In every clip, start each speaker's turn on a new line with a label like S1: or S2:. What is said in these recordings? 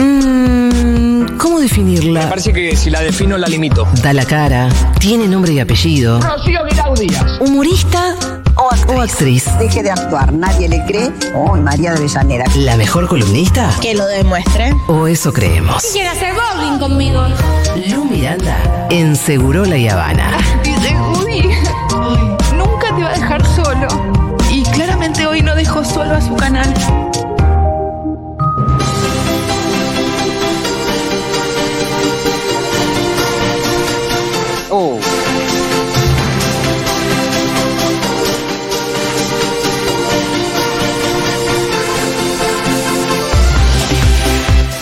S1: Mm, definirla.
S2: Parece que si la defino la limito.
S1: Da la cara, tiene nombre y apellido.
S2: Rocío Vidal Díaz.
S1: Humorista
S3: O
S1: o actriz.
S3: Deje de actuar, nadie le cree. Oh, María de Avellaneda.
S1: ¿La mejor columnista?
S4: Que lo demuestre.
S1: ¿O eso creemos?
S5: Quiere hacer bowling conmigo.
S1: Lu Miranda en Segurola y Habana.
S6: Dice, Woody, nunca te va a dejar solo. Y claramente hoy no dejó solo a su canal.
S2: Oh.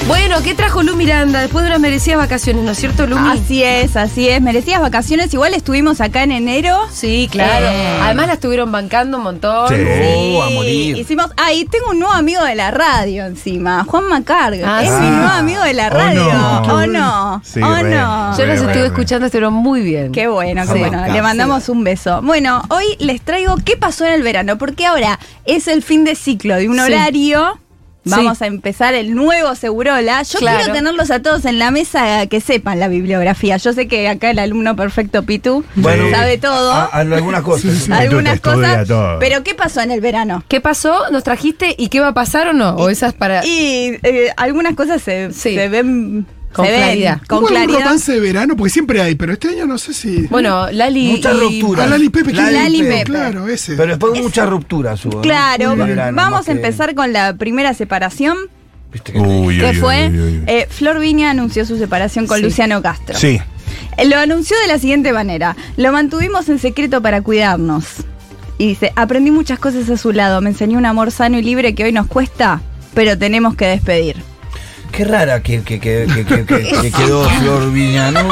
S5: Bueno, ¿qué trajo Lu Miranda después de unas merecidas vacaciones, no es cierto, Lumi?
S7: Así es, así es. Merecías vacaciones. Igual estuvimos acá en enero.
S5: Sí, claro.
S7: Eh.
S5: Además la estuvieron bancando un montón.
S8: Sí.
S7: Sí,
S8: Oh, a morir.
S7: Hicimos. Ah, y tengo un nuevo amigo de la radio encima, Juan Macarga.
S5: Ah,
S7: es
S5: sí.
S7: mi nuevo amigo de la
S8: Oh,
S7: radio.
S8: no.
S7: ¿O no?
S8: Sí,
S7: ¿O
S8: re.
S7: no?
S5: Yo
S8: Re,
S5: los
S8: re,
S5: estuve
S8: re.
S5: escuchando, estuvieron muy bien.
S7: Qué bueno, qué
S8: Sí.
S7: bueno. Le mandamos un beso. Bueno, hoy les traigo qué pasó en el verano, porque ahora es el fin de ciclo de un
S5: Sí.
S7: horario. Vamos
S5: Sí.
S7: a empezar el nuevo Segurola. Yo
S5: Claro.
S7: quiero tenerlos a todos en la mesa que sepan la bibliografía. Yo sé que acá el alumno perfecto Pitu
S8: Bueno,
S7: sabe todo,
S8: A- a- algunas cosas.
S7: algunas
S8: Estudia
S7: cosas.
S8: todo.
S7: Pero ¿qué pasó en el verano?
S5: ¿Qué pasó? ¿Nos trajiste y qué va a pasar o no? ¿O esas para.?
S7: Y eh, algunas cosas se,
S5: Sí.
S7: se ven
S5: Con
S7: se ven
S5: claridad.
S7: con
S9: Hubo algún
S7: claridad.
S9: romance de verano, porque siempre hay, pero este año no sé si.
S5: bueno, Lali. eh,
S8: Mucha
S5: y-
S8: ruptura.
S9: Ah, Lali Pepe,
S8: Lali
S9: Lali
S7: Pepe.
S9: Claro, ese.
S8: Pero después muchas rupturas hubo. ¿no?
S7: Claro,
S8: En el verano, más
S7: vamos
S8: que-
S7: a empezar con la primera separación.
S8: Viste que-
S10: Uy,
S7: que
S10: uy,
S7: fue
S10: uy, uy, uy.
S7: eh, Flor Viña anunció su separación con
S5: Sí.
S7: Luciano Castro.
S10: Sí.
S7: Eh, Lo anunció de la siguiente manera. Lo mantuvimos en secreto para cuidarnos. Y dice, aprendí muchas cosas a su lado, me enseñó un amor sano y libre que hoy nos cuesta, pero tenemos que despedir.
S8: Qué rara que, que, que, que, que- que- que quedó Flor Viña, ¿no?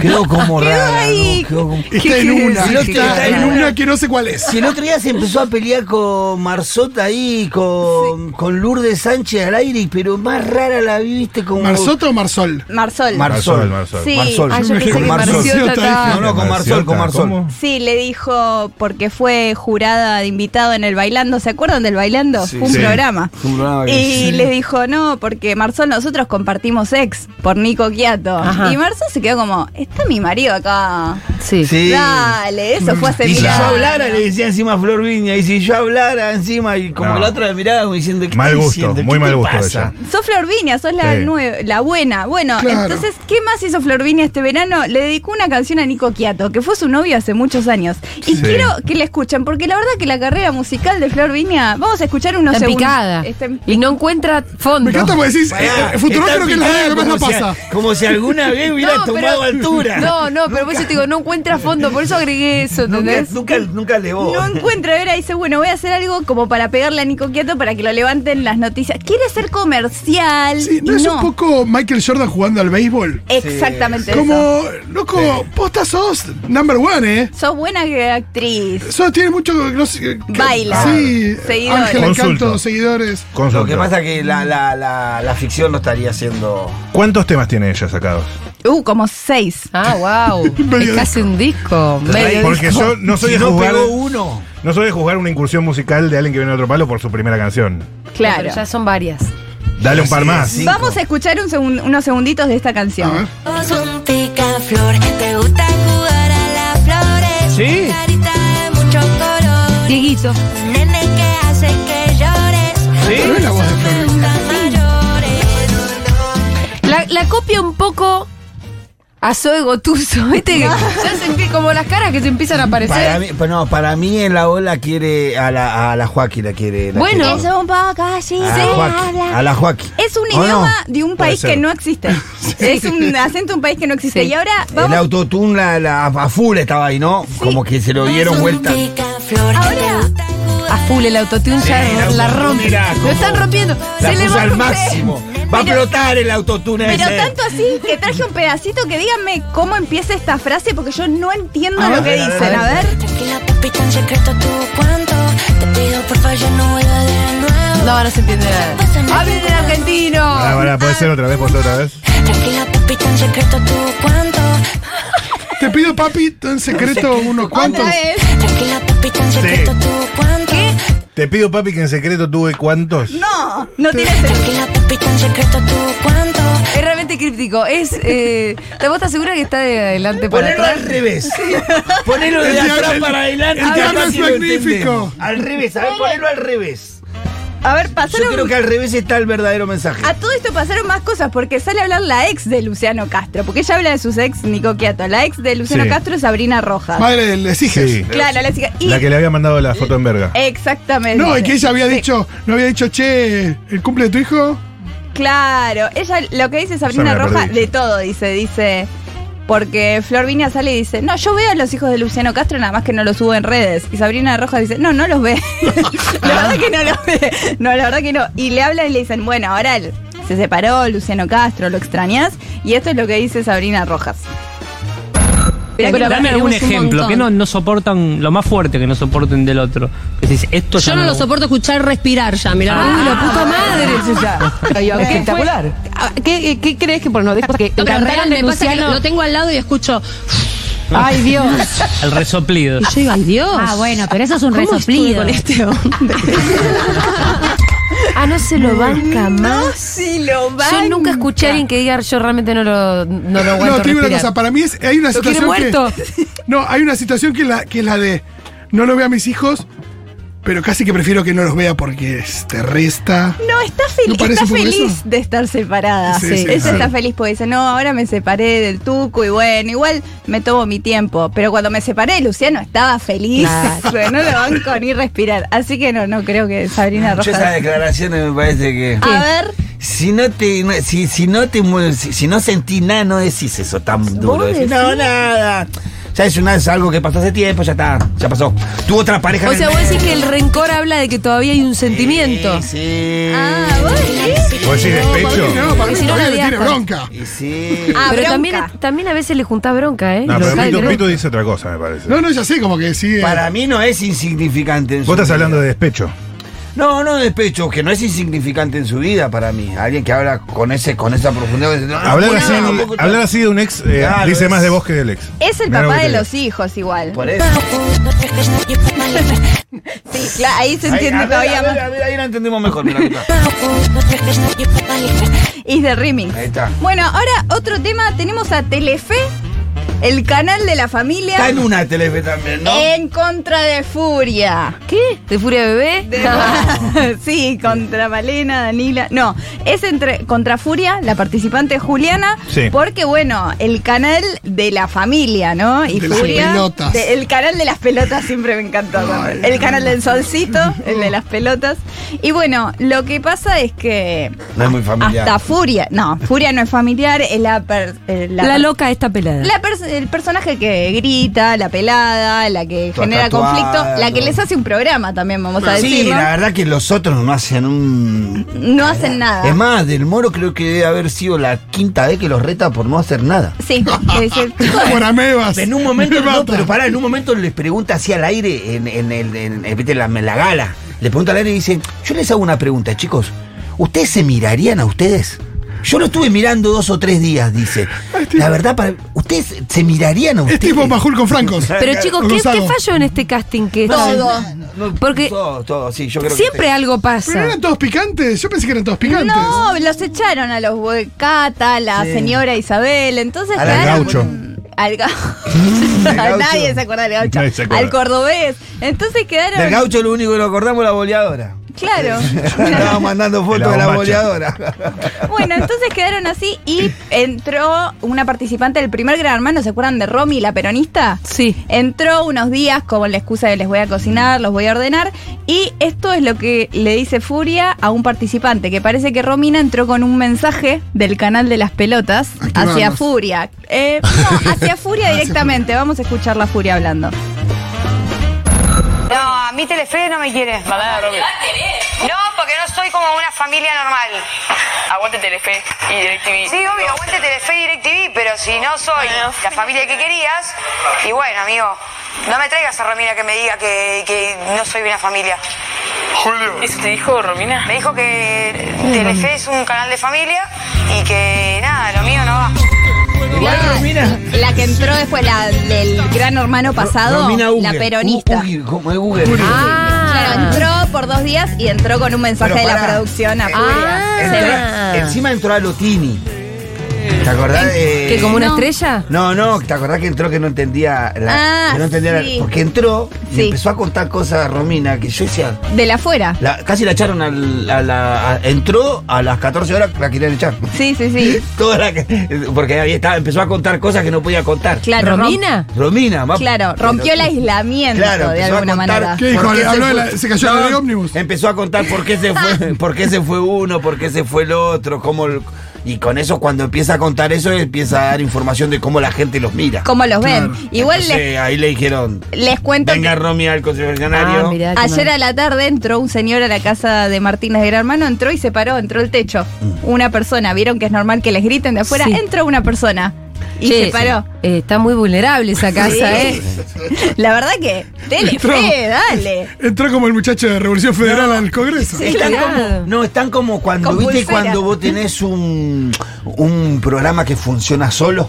S8: Quedó como rara.
S7: ahí.
S8: ¿no? Quedó como-
S9: Está en
S8: quiere
S9: una,
S8: decir que
S9: está en una que no sé cuál es.
S8: Si el otro día se empezó a pelear con Marzota ahí, con, con Lourdes Sánchez al aire, pero más rara la vi, viste, como.
S9: ¿Marzota o Marsol?
S7: Marsol.
S8: Marsol.
S10: Marsol, Marsol.
S7: Sí.
S8: Marsol.
S5: Ah, yo
S9: Yo me
S5: pensé
S9: dije
S5: que
S9: con
S5: Marcio
S9: Marcio
S5: trataba-
S8: No, no, con Marsol, con Marsol.
S10: ¿Cómo?
S7: Sí, le dijo porque fue jurada de invitado en el Bailando. ¿Se acuerdan del Bailando?
S8: Sí.
S7: Fue un
S10: Sí.
S7: programa.
S8: Fue un programa que-
S7: Y
S8: Sí.
S7: le dijo, no, porque Marzón nosotros compartimos ex por Nico Quiato.
S5: Ajá.
S7: Y Marzón se quedó como, está mi marido acá.
S5: Sí.
S8: Sí.
S7: Dale, eso fue hace
S8: Y si
S7: mil
S8: yo
S7: años.
S8: hablara, le decía encima a Flor Viña. Y si yo hablara encima, y como
S10: No.
S8: la otra mirada como diciendo ¿qué
S10: Mal
S8: está
S10: gusto,
S8: diciendo?
S10: muy
S8: ¿Qué
S10: mal
S8: te
S10: gusto
S8: pasa?
S10: de
S7: Sos Florvinia, sos la,
S10: Sí.
S7: nue- la buena. Bueno,
S9: Claro.
S7: entonces, ¿qué más hizo Florvinia este verano? Le dedicó una canción a Nico Quiato, que fue su novio hace muchos años. Y
S10: Sí.
S7: quiero que la escuchen, porque la verdad que la carrera musical de Florvinia, vamos a escuchar unos
S5: Está en
S7: segundos.
S5: picada.
S7: Está en-
S5: Y no encuentra fondo.
S9: Me encanta porque decís,
S8: Pará,
S9: eh, Futuro
S8: está
S9: creo que es la
S8: picada
S9: que más la
S8: como si a-
S9: pasa.
S8: como si alguna vez hubiera
S5: No, pero-
S8: tomado altura.
S5: No, no, pero por eso te digo, no encuentra fondo, por eso agregué eso,
S8: nunca,
S5: ¿entendés?
S8: nunca, nunca le voy.
S7: No encuentra, ahora dice, bueno, voy a hacer algo como para pegarle a Nico Quiato para que lo levanten las noticias. Quiere ser comercial.
S9: Sí, ¿no
S7: y
S9: es un poco Michael Jordan jugando al béisbol? Eh,
S7: Exactamente eso.
S9: Como, loco, posta sos number one, ¿eh?
S7: Sos buena que actriz.
S9: Sos, tiene mucho. No sé, que-
S7: Baila.
S9: Sí,
S7: Seguidores.
S9: Ángel Encanto,
S10: Consulto.
S9: seguidores.
S8: Lo
S10: Consulta.
S8: que pasa es que la, la, la, la ficción no estaría siendo.
S10: ¿Cuántos temas tiene ella sacados?
S7: Uh, como seis.
S5: Ah, wow.
S9: Medio
S5: Es casi un disco. Medio
S10: Porque
S5: disco.
S10: yo no soy
S8: si
S10: de
S8: no
S10: juzgar.
S8: pegó uno.
S10: No soy de juzgar una incursión musical de alguien que viene a otro palo por su primera canción.
S7: Claro.
S5: Pero ya son varias.
S10: Dale un par
S8: Sí,
S10: más.
S8: sí.
S7: Vamos a escuchar un segun- unos segunditos de esta
S9: A ver.
S7: canción.
S11: Sos un picaflor, te gusta jugar a las flores.
S8: Sí.
S11: Carita de mucho color.
S5: Dieguito.
S11: Un Nene que hace que llores.
S9: Pero es la voz de Flor Viña.
S5: La, la copia un poco a Zoe Gotuso, ¿viste? Que ya se empie- como las caras que se empiezan a
S8: Ah. Para
S5: aparecer.
S8: mí, pero no, para mí en la ola quiere. A la, a la Joaquín la quiere. la
S5: Bueno.
S8: quiere.
S7: Es un poco así
S8: a,
S7: se
S8: la Joaquín,
S7: habla.
S8: a la Joaquín.
S7: Es un
S8: ¿O no?
S7: idioma de un
S10: Puede
S7: país
S10: ser.
S7: que no existe. Es un acento de un país que no existe.
S5: Sí.
S7: Y ahora
S8: El
S7: vamos
S8: autotune la, la, a full estaba ahí, ¿no? Como que se lo dieron vuelta.
S11: picaflor.
S7: Ahora,
S5: A full el autotune ya
S8: Sí, el
S5: la
S8: autotune
S5: rompe.
S8: era como-
S5: Lo están rompiendo.
S8: La
S5: se le
S8: puso
S5: va a
S8: al
S5: romper.
S8: máximo. Va a
S7: Pero-
S8: explotar el autotune
S7: Pero
S8: ese.
S7: tanto así que traje un pedacito que díganme cómo empieza esta frase porque yo no entiendo
S8: A
S7: lo
S8: ver,
S7: que
S8: a ver,
S7: dicen.
S8: a
S7: A ver.
S11: Tranquila, papita, en secreto tú cuánto. Te pido porfa, ya no vuelva de nuevo.
S5: No, no se entiende nada. ¡Hablen en argentino!
S10: Ahora, puede ser otra vez, puede ser otra vez.
S11: Tranquila, papita, en secreto tú cuánto.
S9: Te pido, papi, en secreto unos cuantos.
S7: Otra vez.
S11: Tranquila, papita, en secreto tú cuánto.
S10: Te pido, papi, que en secreto tuve cuántos.
S7: No, no tiene sentido.
S11: Tranquila, papita, en secreto tú cuánto.
S5: Es realmente críptico. Es, eh, ¿Vos estás segura que está de adelante para
S8: Ponerlo al
S5: atrás?
S8: revés. Ponelo de
S9: El diablo-
S8: atrás
S9: el-
S8: para adelante.
S9: el
S8: y
S9: diablo
S8: capaz
S9: es
S8: que lo
S9: magnífico.
S8: entendemos. Al revés, a ver, ponelo al revés.
S7: A ver,
S8: Yo creo
S7: pasaron.
S8: que al revés está el verdadero mensaje.
S7: A todo esto pasaron más cosas porque sale a hablar la ex de Luciano Castro, porque ella habla de sus ex Nico Quiato. La ex de Luciano
S10: Sí.
S7: Castro es Sabrina Rojas.
S9: Madre del exiges.
S10: Sí.
S7: Claro, la chica. Y Eh.
S10: La que le había mandado la foto en verga.
S7: Exactamente.
S9: No, y que ella había
S7: Sí.
S9: dicho, no había dicho, che, el cumple de tu hijo.
S7: Claro, ella lo que dice Sabrina
S10: Ya me la
S7: Roja,
S10: perdí.
S7: de todo dice, dice. Porque Flor Viña sale y dice, no, yo veo a los hijos de Luciano Castro, nada más que no los subo en redes. Y Sabrina Roja dice, no, no los ve. la verdad que no los ve. No, la verdad que no. Y le hablan y le dicen, bueno, ahora el- se separó Luciano Castro, lo extrañas. Y esto es lo que dice Sabrina Rojas. Mirá que-
S4: Dame algún ejemplo, que no, no soportan lo más fuerte que no soporten del otro. Que decís, esto ya
S11: Yo no lo soporto escuchar respirar ya, mirá.
S5: Uy, Ah, la puta madre, Suya.
S2: Espectacular.
S12: Ah, ¿Qué, qué crees que por no dejas que
S11: No, pero
S12: cantaran
S11: real,
S12: de
S11: me pasa que
S12: Luciano?
S11: lo tengo al lado y escucho.
S12: Ay, Dios.
S4: El resoplido.
S11: Y yo digo, ay Dios.
S12: Ah, bueno, pero eso es un
S11: ¿Cómo estuve
S12: resoplido.
S11: con este hombre?
S5: Ah, no se lo banca
S7: No,
S5: más.
S7: sí, lo
S5: Yo nunca
S7: banca.
S5: escuché a alguien que diga, yo realmente no lo, no lo aguanto
S9: No, te digo una
S5: respirar".
S9: cosa, para mí es, hay una
S5: ¿Lo quiere
S9: situación
S5: muerto?
S9: que. No, hay una situación que, la, que es la de no lo veo a mis hijos, pero casi que prefiero que no los vea porque es- te resta.
S7: No, está, fel-
S9: ¿No parece
S7: está
S9: un poco
S7: feliz
S9: eso?
S7: de estar separada.
S9: Sí, sí,
S7: Ella
S9: sí.
S7: está feliz porque dice, no, ahora me separé del tuco y bueno, igual me tomo mi tiempo. Pero cuando me separé de Luciano estaba feliz. no lo banco ni respirar. Así que no, no creo que Sabrina
S8: Yo esas
S7: Rojas.
S8: declaraciones me parece que.
S7: A ver,
S8: Si no te, no- si, si no te mu- si, si no sentís nada, no decís eso tan duro. Decís, no, nada. Ya es, una, es algo que pasó hace tiempo, ya está, ya pasó. Tuvo otra pareja.
S5: O
S8: en el
S5: sea, vos decís
S8: medio.
S5: que el rencor habla de que todavía hay un sentimiento.
S8: Sí.
S7: ah, vos decís.
S10: ¿Vos decís despecho?
S9: No, para
S5: Porque
S9: mí
S5: si no,
S9: todavía
S5: la
S9: le tiene
S5: dejan.
S9: bronca.
S8: Y sí.
S7: Ah,
S5: Pero
S7: bronca.
S5: también, también a veces le juntás bronca, ¿eh?
S10: No,
S5: Y lo
S10: pero
S5: dejás de
S10: Pito,
S5: querer.
S10: Pito dice otra cosa, me parece.
S9: No, no, ya sé, como que eh. sigue.
S8: Para mí no es insignificante. En su
S10: Vos estás
S8: vida.
S10: hablando de despecho.
S8: No, no despecho, que no es insignificante en su vida para mí. Alguien que habla con ese, con esa profundidad. no,
S10: Hablar
S8: no,
S10: así,
S8: Ah, tampoco-
S10: hablar así de un ex eh,
S8: Claro,
S10: dice
S8: es-
S10: más de vos que del ex.
S7: Es el
S10: Mirá lo
S7: papá
S10: que
S7: de
S10: te-
S7: los hijos igual.
S8: Por eso.
S7: Sí, claro, ahí se
S8: Ahí,
S7: entiende
S8: a ver,
S7: todavía
S8: a ver,
S7: más.
S8: a ver, ahí la entendemos mejor. mirá, mirá.
S7: Is the remix.
S8: Ahí está.
S7: Bueno, ahora otro tema. Tenemos a Telefe, el canal de la familia.
S8: Está en una telefe también, ¿no?
S7: En contra de Furia.
S5: ¿Qué? ¿De Furia Bebé?
S7: De- sí, contra Malena, Danila. No, es entre contra Furia, la participante Juliana,
S10: Sí.
S7: porque bueno, el canal de la familia, ¿no? Y
S9: De las
S7: Furia,
S9: pelotas.
S7: de- el canal de las pelotas siempre me encantó. también. el canal del solcito, el de las pelotas. Y bueno, lo que pasa es que
S8: No es muy familiar.
S7: hasta Furia, no, Furia no es familiar, es la, per- eh,
S5: La, loca está pelada.
S7: la pers- el personaje que grita, la pelada, la que
S8: Toda
S7: genera
S8: tatuada,
S7: conflicto, la que
S8: todo.
S7: les hace un programa también, vamos a decir.
S8: Sí,
S7: ¿no?
S8: la verdad que los otros no hacen un...
S7: No hacen nada.
S8: Es más, Del Moro creo que debe haber sido la quinta vez que los reta por no hacer nada.
S7: Sí, es cierto.
S9: Por amebas.
S8: En un momento,
S9: Me
S8: no,
S9: mata.
S8: pero pará, en un momento les pregunta así al aire, en, en, el- en- en- viste, la, en la gala. Les pregunta al aire y dicen, yo les hago una pregunta, chicos. ¿Ustedes se mirarían a ustedes? Yo lo estuve mirando dos o tres días, dice. La verdad, para, ¿ustedes se mirarían a
S9: Es
S8: ustedes?
S9: tipo Majul con Francos.
S5: Pero chicos, ¿qué,
S9: Gonzalo.
S5: qué falló en este casting que
S8: No,
S5: están?
S8: no, no, no,
S5: Porque
S8: todo, todo, sí, yo creo que
S5: siempre algo
S9: Pero no
S5: pasa.
S9: eran todos picantes. Yo pensé que eran todos picantes.
S7: No, los echaron a los Cata, a la
S8: Sí.
S7: señora Isabel, entonces
S8: Al
S7: quedaron
S10: gaucho.
S7: con- Al ga-
S8: Del gaucho.
S7: Nadie se acuerda del
S10: Nadie
S7: gaucho.
S10: se acuerda.
S7: Al cordobés. Entonces quedaron.
S8: Del gaucho lo único que lo acordamos es la boleadora.
S7: Claro.
S8: Estaba mandando
S10: De la
S8: fotos de la
S10: bombacha.
S8: boleadora.
S7: Bueno, entonces quedaron así y entró una participante del primer Gran Hermano, ¿se acuerdan de Romy, la peronista?
S5: Sí.
S7: Entró unos días con la excusa de les voy a cocinar, los voy a ordenar. Y esto es lo que le dice Furia a un participante, que parece que Romina entró con un mensaje del canal de las pelotas
S9: Activamos.
S7: hacia Furia. Eh, no, Ah, hacia Furia directamente. Vamos a escuchar la Furia hablando.
S12: No, a mí Telefe no me quiere. No, porque no soy como una familia normal. Aguante Telefe y DirecTV. Sí, obvio, aguante Telefe y DirecTV, pero si no soy la familia que querías, y bueno, amigo, no me traigas a Romina que me diga que, que no soy una familia. Julio. ¿Eso te dijo Romina? Me dijo que Telefe es un canal de familia y que nada, lo mío no va.
S7: La, la que entró después, la del Gran Hermano pasado,
S8: Romina
S7: la
S8: Uger.
S7: peronista.
S8: U- Uger, como es Uger.
S5: Ah.
S7: Claro, entró por dos días y entró con un mensaje
S8: Pero
S7: de la
S5: Ah.
S8: pará.
S7: producción a
S8: Entra-
S7: Furia.
S8: Encima entró a Lotini. ¿Te acordás? eh,
S5: ¿Qué, como una estrella?
S8: No, no, ¿te acordás que entró que no entendía la.
S7: Ah,
S8: que no entendía
S7: sí.
S8: la- porque entró y
S7: Sí.
S8: empezó a contar cosas a Romina que yo decía.
S7: De la afuera.
S8: la- casi la echaron al- a la. a- entró a las 14 horas, la querían echar.
S7: Sí, sí, sí.
S8: Toda la que- porque ahí estaba, empezó a contar cosas que no podía contar.
S7: Claro,
S5: ¿Romina?
S8: Romina, más.
S7: Claro, rompió el aislamiento
S8: Claro,
S7: de
S8: empezó a
S7: alguna
S8: contar
S7: manera.
S9: ¿Qué dijo?
S8: por
S9: Habló de la-
S8: fue-
S9: se cayó la del ómnibus.
S8: Empezó a contar por qué se fue, por qué se fue uno, por qué se fue el otro, cómo el- y con eso cuando empieza a contar eso empieza a dar información de cómo la gente los mira.
S7: ¿Cómo los ven? Igual
S8: Entonces, ahí le dijeron,
S7: les, les cuento que
S8: venga Romy al concesionario.
S5: Ah, mirá. qué
S7: ayer
S5: mal.
S7: a la tarde entró un señor a la casa de Martínez de Gran Hermano, entró y se paró, entró el techo. Una persona, vieron que es normal que les griten de afuera,
S5: Sí.
S7: entró una persona y
S5: Che,
S7: se paró.
S5: eh, está muy vulnerable esa casa, ¿eh?
S7: La verdad que, dele
S9: Entró.
S7: fe, dale.
S9: Entró como el muchacho de Revolución Federal al Congreso.
S5: Sí.
S8: Están
S5: cuidado.
S8: como, no, están como cuando,
S7: Con
S8: ¿viste?
S7: pulsera.
S8: Cuando vos tenés un, un programa que funciona solo.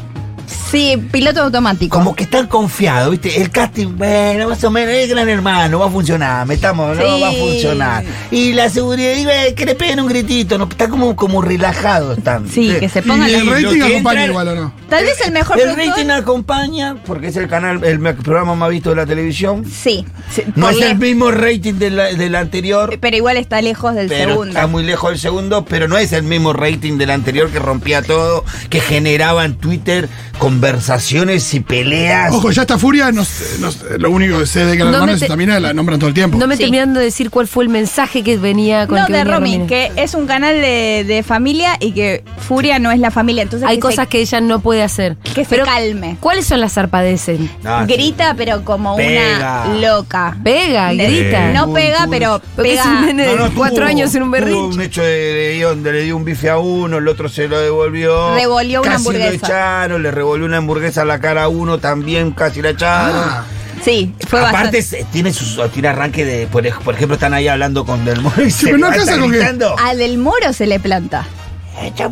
S7: Sí, piloto automático.
S8: Como que están confiados, ¿viste? El casting, bueno, más o menos, es gran hermano, va a funcionar, metamos, no
S7: Sí.
S8: va a funcionar. Y la seguridad, y, eh, que le peguen un gritito, no, está como, como relajado están.
S7: Sí, que se
S9: Y
S7: pongan
S9: el
S7: la-
S8: lo
S9: rating
S8: que
S9: acompaña
S8: entra-
S9: igual o no.
S7: Tal vez el mejor
S8: El
S7: productor-
S8: rating acompaña, porque es el canal, el me- programa más visto de la televisión.
S7: Sí. sí,
S8: No
S7: por
S8: es el
S7: lejos,
S8: mismo rating del del anterior.
S7: Pero igual está lejos del
S8: Pero
S7: segundo.
S8: está muy lejos del segundo, pero no es el mismo rating del anterior que rompía todo, que generaba en Twitter conversaciones y peleas.
S9: Ojo, ya está Furia, no sé- no sé, lo único que sé de Gran
S5: No
S9: Hermano
S5: me
S9: es
S5: te-
S9: esta mina, la nombran todo el tiempo.
S5: No me
S7: Sí.
S5: estoy mirando de decir cuál fue el mensaje que venía con el
S7: No,
S5: que
S7: de
S5: venía
S7: Romy,
S5: Romina.
S7: que es un canal de, de familia y que Furia no es la familia. Entonces
S5: Hay
S7: que
S5: cosas que ella no puede hacer.
S7: se, que se calme.
S5: ¿Cuáles son las zarpadeces?
S8: No, sí.
S7: grita, pero como
S8: Pega.
S7: una loca.
S5: Pega, grita.
S7: No pega, pero
S5: Porque es un
S7: pega.
S5: nene de
S8: No, no,
S5: cuatro
S8: tuvo-
S5: años en un berrinche.
S8: tuvo un hecho de, de donde le dio un bife a uno, el otro se lo devolvió.
S7: Revolvió una
S8: casi Lo
S7: hamburguesa.
S8: echaron, le revolvió una hamburguesa a la cara a uno también, casi la echaron.
S7: Sí, fue
S8: Aparte
S7: bastante.
S8: se- tiene sus tiene arranque de por, ej- por ejemplo están ahí hablando con Del Moro y se
S9: pero no
S8: levanta
S9: alcanza con que-
S8: gritando.
S7: Al del Moro se le planta.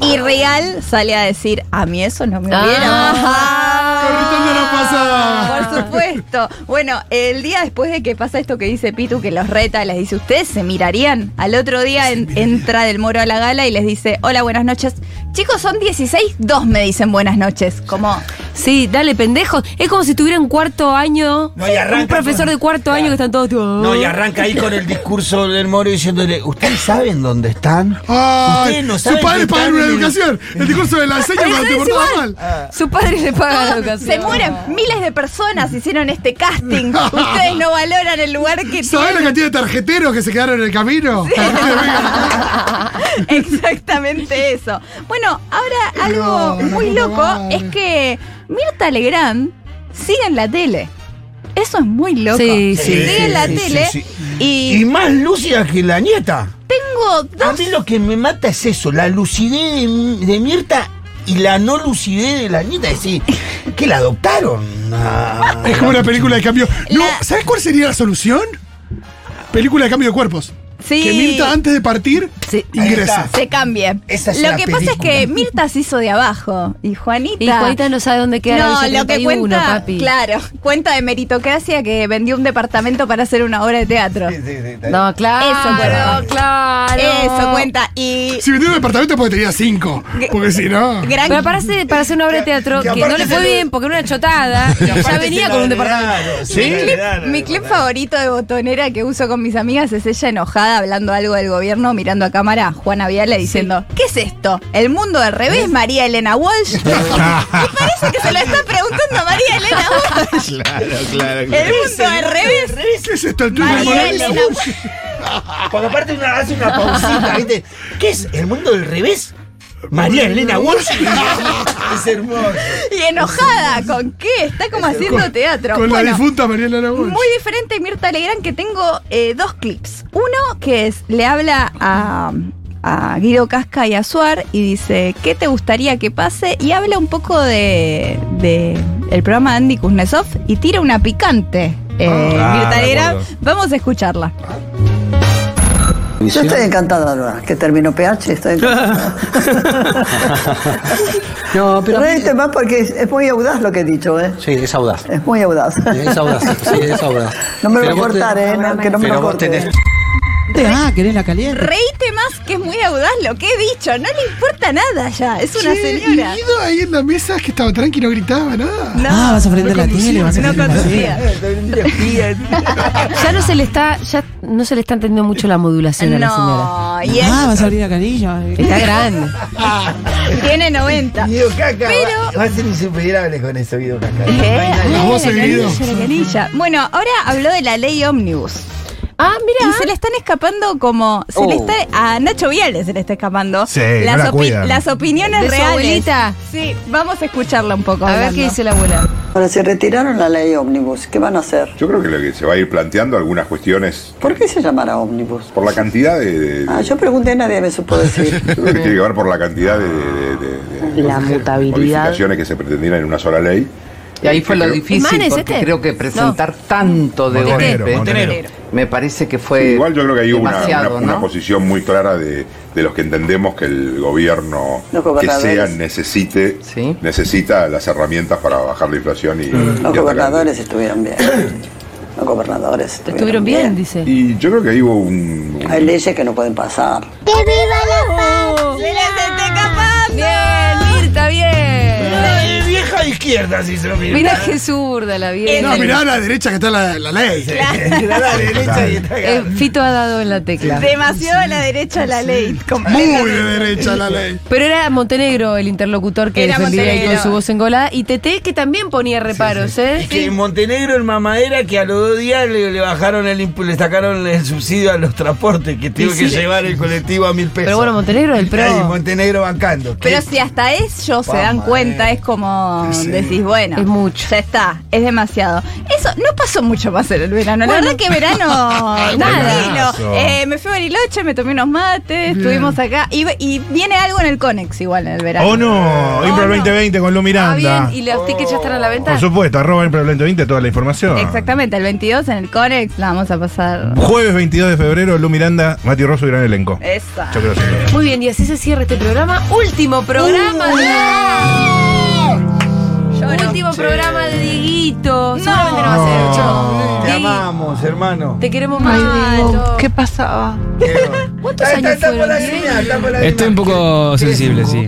S7: Y Real sale a decir, a mí eso no me
S5: Ah.
S9: Corriendo
S7: hubiera.
S9: no pasa.
S7: Por supuesto. Bueno, el día después de que pasa esto que dice Pitu, que los reta, les dice, ¿ustedes se mirarían? Al otro día en- entra del moro a la gala y les dice, hola, buenas noches. Chicos, son 16, dos me dicen buenas noches. Como,
S5: Sí, dale, pendejos. Es como si tuviera un cuarto año.
S8: No, y arranca
S5: un profesor
S8: con-
S5: de cuarto año que están todos. tipo,
S8: No, y arranca ahí con el discurso del Moro diciéndole, ¿ustedes saben dónde están?
S9: Ay,
S8: Ustedes no
S9: sus
S8: saben
S9: padres
S8: que
S9: pagaron una
S8: están en-
S9: educación. El discurso de la seña cuando te
S5: es
S9: portabas
S5: igual.
S9: mal.
S5: Su padre le paga la
S7: "Todos
S5: educación.
S7: Ah, se mueren, miles de personas hicieron este casting. Ustedes no valoran el lugar que
S9: ¿Sabés la
S7: tienen".
S9: cantidad de tarjeteros que se quedaron en el camino?
S7: Exactamente eso. Bueno, ahora algo
S9: No, no,
S7: muy
S9: no, no,
S7: loco
S9: no,
S7: es que Mirta Legrand sigue en la tele. Eso es muy loco.
S5: Sí, sí.
S7: Sigue en la
S8: Sí, sí,
S7: tele
S8: sí.
S7: y
S8: Y más lúcida que la nieta.
S7: tengo
S8: A
S7: dos.
S8: mí lo que me mata es eso, la lucidez de, de Mirta y la no lucidez de la nieta. Es decir, que la adoptaron. a-
S9: Es como una película de cambio. No,
S7: La-
S9: ¿sabes cuál sería la solución? Película de cambio de cuerpos.
S7: Sí.
S9: Que Mirta antes de partir
S5: Sí.
S8: Ahí
S9: ingresa.
S8: está.
S7: Se cambie.
S8: Esa es
S7: lo
S8: la
S7: que pasa es que
S8: película.
S7: Mirta se hizo de abajo y Juanita.
S5: "Oh". Y Juanita no sabe dónde queda
S7: No,
S5: la Villa
S7: lo que
S5: 31,
S7: cuenta,
S5: papi.
S7: claro, cuenta de meritocracia que vendió un departamento para hacer una obra de teatro.
S8: Sí, sí, sí, está bien.
S5: No, claro.
S7: Eso cuenta.
S5: claro.
S7: Eso cuenta y
S9: Si vendió un departamento porque tenía cinco. Porque si no.
S7: gran
S5: Pero para hacer, para hacer una obra de teatro
S8: Que
S5: que, no
S8: aparte
S5: le fue
S8: se lo-
S5: bien porque era una chotada,
S8: Y aparte
S5: ya
S8: se
S5: venía
S8: la
S5: con un
S8: heredaron,
S5: departamento.
S8: se
S7: Mi
S8: la
S7: clip,
S8: heredaron,
S7: mi
S8: la
S7: clip
S8: verdad.
S7: favorito de botonera que uso con mis amigas es ella enojada hablando algo del gobierno, mirando a cámara, Juana Viale diciendo, ¿qué es esto? ¿El mundo al revés, María Elena Walsh? Me parece que se lo está preguntando a María Elena Walsh.
S10: Claro, claro,
S7: ¿El mundo al revés?
S9: ¿Qué es esto? El tuyo
S7: María
S9: Morales?
S7: Elena Walsh.
S8: Cuando aparte una, hace una pausita, ¿viste? ¿Qué es? ¿El mundo del revés? María Elena Walsh. es hermoso.
S7: Y enojada, ¿con qué? Está como haciendo teatro.
S9: Con la
S7: Bueno,
S9: difunta Mariela Aragón.
S7: Muy diferente Mirta Legrand que tengo eh, dos clips. Uno que es, le habla a, a Guido Casca y a Suar y dice, ¿qué te gustaría que pase? Y habla un poco de, de el programa de Andy Kuznetsov y tira una picante. eh, Mirta Legrand, vamos a escucharla.
S3: Yo estoy encantada ahora que termino PH. Estoy encantada.
S13: No, pero
S3: Reíste este, más porque es- es muy audaz lo que he dicho, ¿eh?
S13: sí, es audaz.
S3: Es muy audaz.
S13: Es audaz, sí, es audaz.
S3: No me lo
S13: Pero
S3: voy a
S13: vos te-
S3: cortar, ¿eh? No, que no me
S13: pero
S3: lo
S13: vos
S3: cortes.
S13: tenés- Ah, querés la caliente.
S7: Reíte más, que es muy audaz lo que he dicho. No le importa nada ya. Es una
S9: Che,
S7: señora.
S9: y Guido ahí en la mesa que estaba tranqui, no gritaba nada.
S13: Ah, vas a prender la
S9: conducía.
S13: tele, vas a No prender la conducía.
S5: Ya no se le está, ya no se le está entendiendo mucho la modulación a la señora.
S7: No, y es-
S13: Ah, vas a abrir la canilla.
S5: Está grande.
S7: tiene 90. Pero
S8: Va a ser insuperable con ese video caca.
S7: ¿Eh? Bien, canilla, canilla. Bueno, ahora habló de la ley ómnibus.
S5: Ah, mira.
S7: Y se le están escapando como. Se le
S8: Oh.
S7: está, a Nacho Viales se le está escapando.
S10: Sí, no la cuidan.
S7: las opiniones
S5: De su
S7: reales.
S5: abuelita.
S7: Sí, vamos a escucharla un poco.
S5: A ver
S7: hablando.
S5: qué dice la abuela.
S14: Ahora, se retiraron la ley ómnibus, ¿qué van a hacer?
S15: Yo creo que lo que se va a ir planteando algunas cuestiones
S14: ¿Por qué se llamará ómnibus?
S15: por la cantidad de. de-
S14: Ah, yo pregunté, nadie me supo decir.
S15: yo creo que tiene que ver por la cantidad de, de- de- de-
S14: La
S15: de modificaciones que se pretendieran en una sola ley.
S16: Y ahí fue lo
S15: Creo-
S16: difícil,
S5: ¿Manes
S16: porque
S5: este?
S16: creo que presentar tanto de
S15: Montenegro,
S16: golpe
S15: Montenegro.
S16: me parece que
S15: Eh,
S16: fue
S15: Igual yo creo que hay una,
S16: demasiado,
S15: una- una
S16: ¿no?
S15: posición muy clara de, de los que entendemos que el gobierno
S14: Los
S15: que sea
S14: gobernadores.
S15: necesite necesita las herramientas para bajar la inflación y,
S16: Mm.
S15: y
S14: Los
S15: atacar-
S14: gobernadores estuvieron bien. Los gobernadores estuvieron,
S5: Estuvieron bien, dice.
S15: Y yo creo que ahí hubo un, un-
S14: Hay leyes que no pueden pasar.
S5: ¡Que viva la paz!
S7: ¡Se la se está escapando!
S5: Bien, Mirta, bien.
S8: Ay, vieja izquierda, sí se lo mira.
S5: Mirá qué zurda la vieja.
S9: No, Ah, mirá a la derecha que está la, la ley.
S8: Mirá a la derecha y está
S5: Eh, Fito ha dado en la tecla.
S7: Demasiado a la derecha la ley.
S9: Muy de derecha la ley.
S5: Pero era Montenegro el interlocutor que
S7: Era
S5: defendía ahí con
S7: Montenegro.
S5: su voz engolada y Tete que también ponía reparos, ¿eh?
S8: Es que en Montenegro, en Mamadera, que a los dos días le, le bajaron el impu- le sacaron el subsidio a los transportes, que tengo
S5: Y
S8: que
S5: sí.
S8: llevar el colectivo a mil pesos.
S5: Pero bueno, Montenegro del pro.
S8: Ahí, Montenegro bancando.
S7: Pero si hasta ellos se
S8: Pa,
S7: dan
S8: madre.
S7: cuenta, es como
S8: Sí.
S7: decís, bueno,
S5: Es mucho.
S7: ya está, es demasiado. Eso no pasó mucho más en el verano.
S5: Bueno.
S7: La verdad que verano, nada.
S5: Buenazo.
S7: Eh, me fui a Bariloche, me tomé unos mates, estuvimos acá. Y, y viene algo en el Conex igual en el verano.
S10: Oh no,
S7: Oh,
S10: Impro
S7: no.
S10: 2020 con Lu
S5: Ah,
S10: Miranda.
S5: bien, y los tickets ya están a la venta.
S10: Por supuesto, arroba Impro 2020 toda la información.
S7: Exactamente, el 22 en el Conex la vamos a pasar.
S10: Jueves 22 de febrero, Lu Miranda, Mati Rosso y gran elenco.
S5: Eh.
S7: Esa.
S10: Yo creo que sí.
S5: Muy bien, y así se cierra este programa. Último programa. de... Último programa de Dieguito. Seguramente no va a ser yo.
S8: Te
S5: Diegui,
S8: amamos, hermano.
S5: Te queremos
S6: Ay,
S5: mucho.
S6: Diego, ¿qué pasaba?
S5: ¿Cuántos
S8: Está- está-
S5: años
S8: está por
S5: fueron?
S8: la
S5: Diego?
S8: línea, está por la
S17: Estoy un
S8: línea.
S17: poco sensible, sí.
S8: Sí,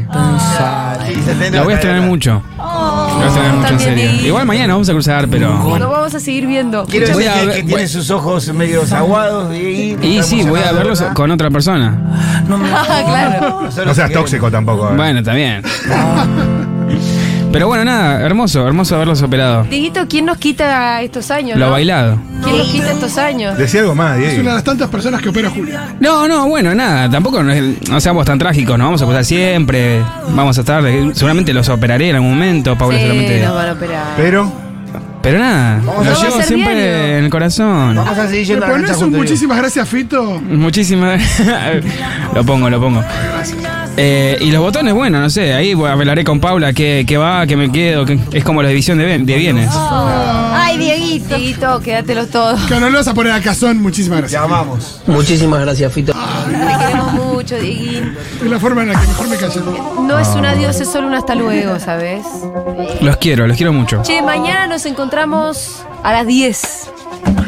S8: se
S17: La voy a
S8: te nota,
S17: estrenar
S8: ¿verdad?
S17: mucho. La voy a estrenar mucho, en serio. Igual mañana vamos a cruzar,
S5: Nos
S17: pero.
S5: vamos a seguir viendo.
S8: Quiero
S17: Voy
S8: decir
S17: a
S8: que,
S17: ver-
S8: que tiene
S17: voy-
S8: sus ojos medios aguados. Y,
S17: Y sí, voy a verlos con otra persona.
S5: Ah, claro.
S10: No seas tóxico tampoco. eh.
S17: Bueno, también. Pero bueno, nada, hermoso, hermoso haberlos operado.
S5: Dieguito, ¿quién nos quita estos años?
S17: Lo
S5: no?
S17: bailado.
S5: ¿Quién nos quita estos años?
S10: Decía algo más,
S9: Es una de
S10: Diego.
S9: las tantas personas que opera Julia.
S17: No, no, bueno, nada, tampoco no, es- no seamos tan trágicos, nos vamos a acostar siempre, vamos a estar, seguramente los operaré en algún momento, Paula
S5: Sí,
S17: seguramente.
S5: nos van a operar.
S10: Pero.
S17: Pero nada,
S8: Vamos a-
S17: los
S5: No va a
S17: llevo
S5: ser
S17: siempre
S5: diario.
S17: en el corazón.
S8: Vamos a seguir
S9: ¿Me
S8: yendo a la
S9: pones
S8: cancha
S9: un
S8: juntos,
S9: muchísimas gracias, Fito?
S17: Muchísimas. lo pongo, lo pongo. Eh, y los botones, bueno, no sé, ahí bueno, hablaré con Paula que, que va, que me quedo, que es como la división de, ben- de bienes.
S7: Ay, Dieguito.
S5: Dieguito, quédatelo todo.
S9: Que no lo vas a poner a Cazón, muchísimas
S8: Diego. Te
S9: gracias.
S8: amamos.
S2: Muchísimas gracias, Fito.
S5: Te queremos mucho, Dieguín.
S9: Es la forma en la que mejor me callo.
S5: No es un adiós, es solo un hasta luego, ¿sabes?
S17: Los quiero, los quiero mucho.
S5: Che, mañana nos encontramos a las 10.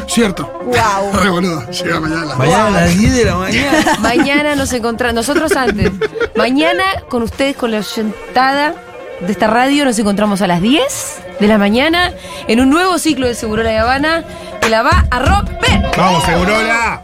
S9: Cierto. Wow. Re boludo. Llega mañana. la-
S8: Mañana a las 10 de la mañana.
S5: Mañana nos encontramos, nosotros antes. Mañana con ustedes, con la oyentada de esta radio, nos encontramos a las 10 de la mañana en un nuevo ciclo de Seguro La Habana que la va a romper.
S10: ¡Vamos, Segurola!